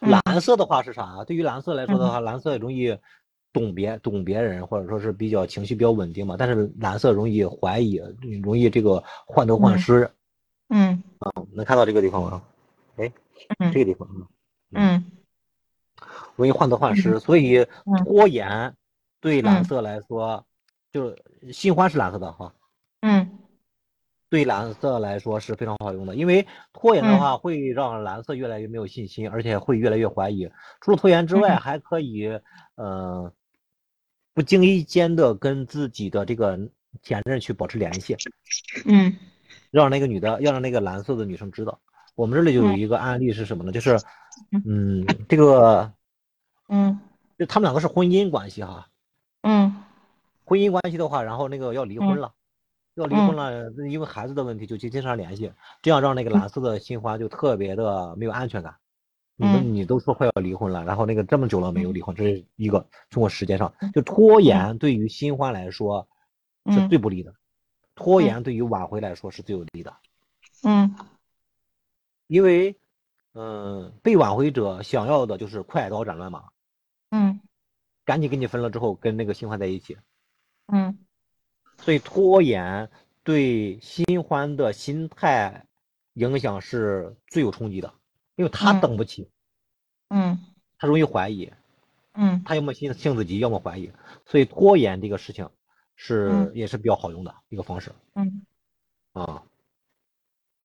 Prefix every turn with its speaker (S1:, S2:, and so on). S1: 蓝色的话是啥？啊对于蓝色来说的话，蓝色容易懂别懂别人，或者说是比较情绪比较稳定嘛。但是蓝色容易怀疑，嗯容易这个患得患失。
S2: 嗯
S1: 能看到这个地方吗？哎，
S2: 嗯
S1: 这个地方嗯
S2: 嗯
S1: 容易患得患失，所以拖延对蓝色来说，就是新欢是蓝色的哈，
S2: 嗯
S1: 对蓝色来说是非常好用的，因为拖延的话会让蓝色越来越没有信心，而且会越来越怀疑。除了拖延之外，
S2: 嗯
S1: 还可以，呃，不经意间的跟自己的这个前任去保持联系，
S2: 嗯
S1: 让那个女的，要让那个蓝色的女生知道。我们这里就有一个案例是什么呢？就是，嗯，这个
S2: 嗯
S1: 就他们两个是婚姻关系哈，
S2: 嗯
S1: 婚姻关系的话，然后那个要离婚
S2: 嗯
S1: 了，要离婚了，因为孩子的问题就经经常联系，这样让
S2: 嗯
S1: 那个蓝色的新欢就特别的没有安全感。你们
S2: 嗯
S1: 你都说快要离婚了，然后那个这么久了没有离婚，这是一个通过时间上
S2: 嗯
S1: 就拖延对于新欢来说是最不利的，拖延对于挽回来说是最有利的，
S2: 嗯
S1: 因为嗯、呃被挽回者想要的就是快刀斩乱麻，
S2: 嗯
S1: 赶紧跟你分了之后跟那个新欢在一起，
S2: 嗯
S1: 所以拖延对新欢的心态影响是最有冲击的，因为他
S2: 嗯
S1: 等不起，
S2: 嗯
S1: 他容易怀疑，
S2: 嗯
S1: 他要么性性子急，要么怀疑，所以拖延这个事情是、
S2: 嗯
S1: 也是比较好用的一个方式
S2: 嗯
S1: 啊。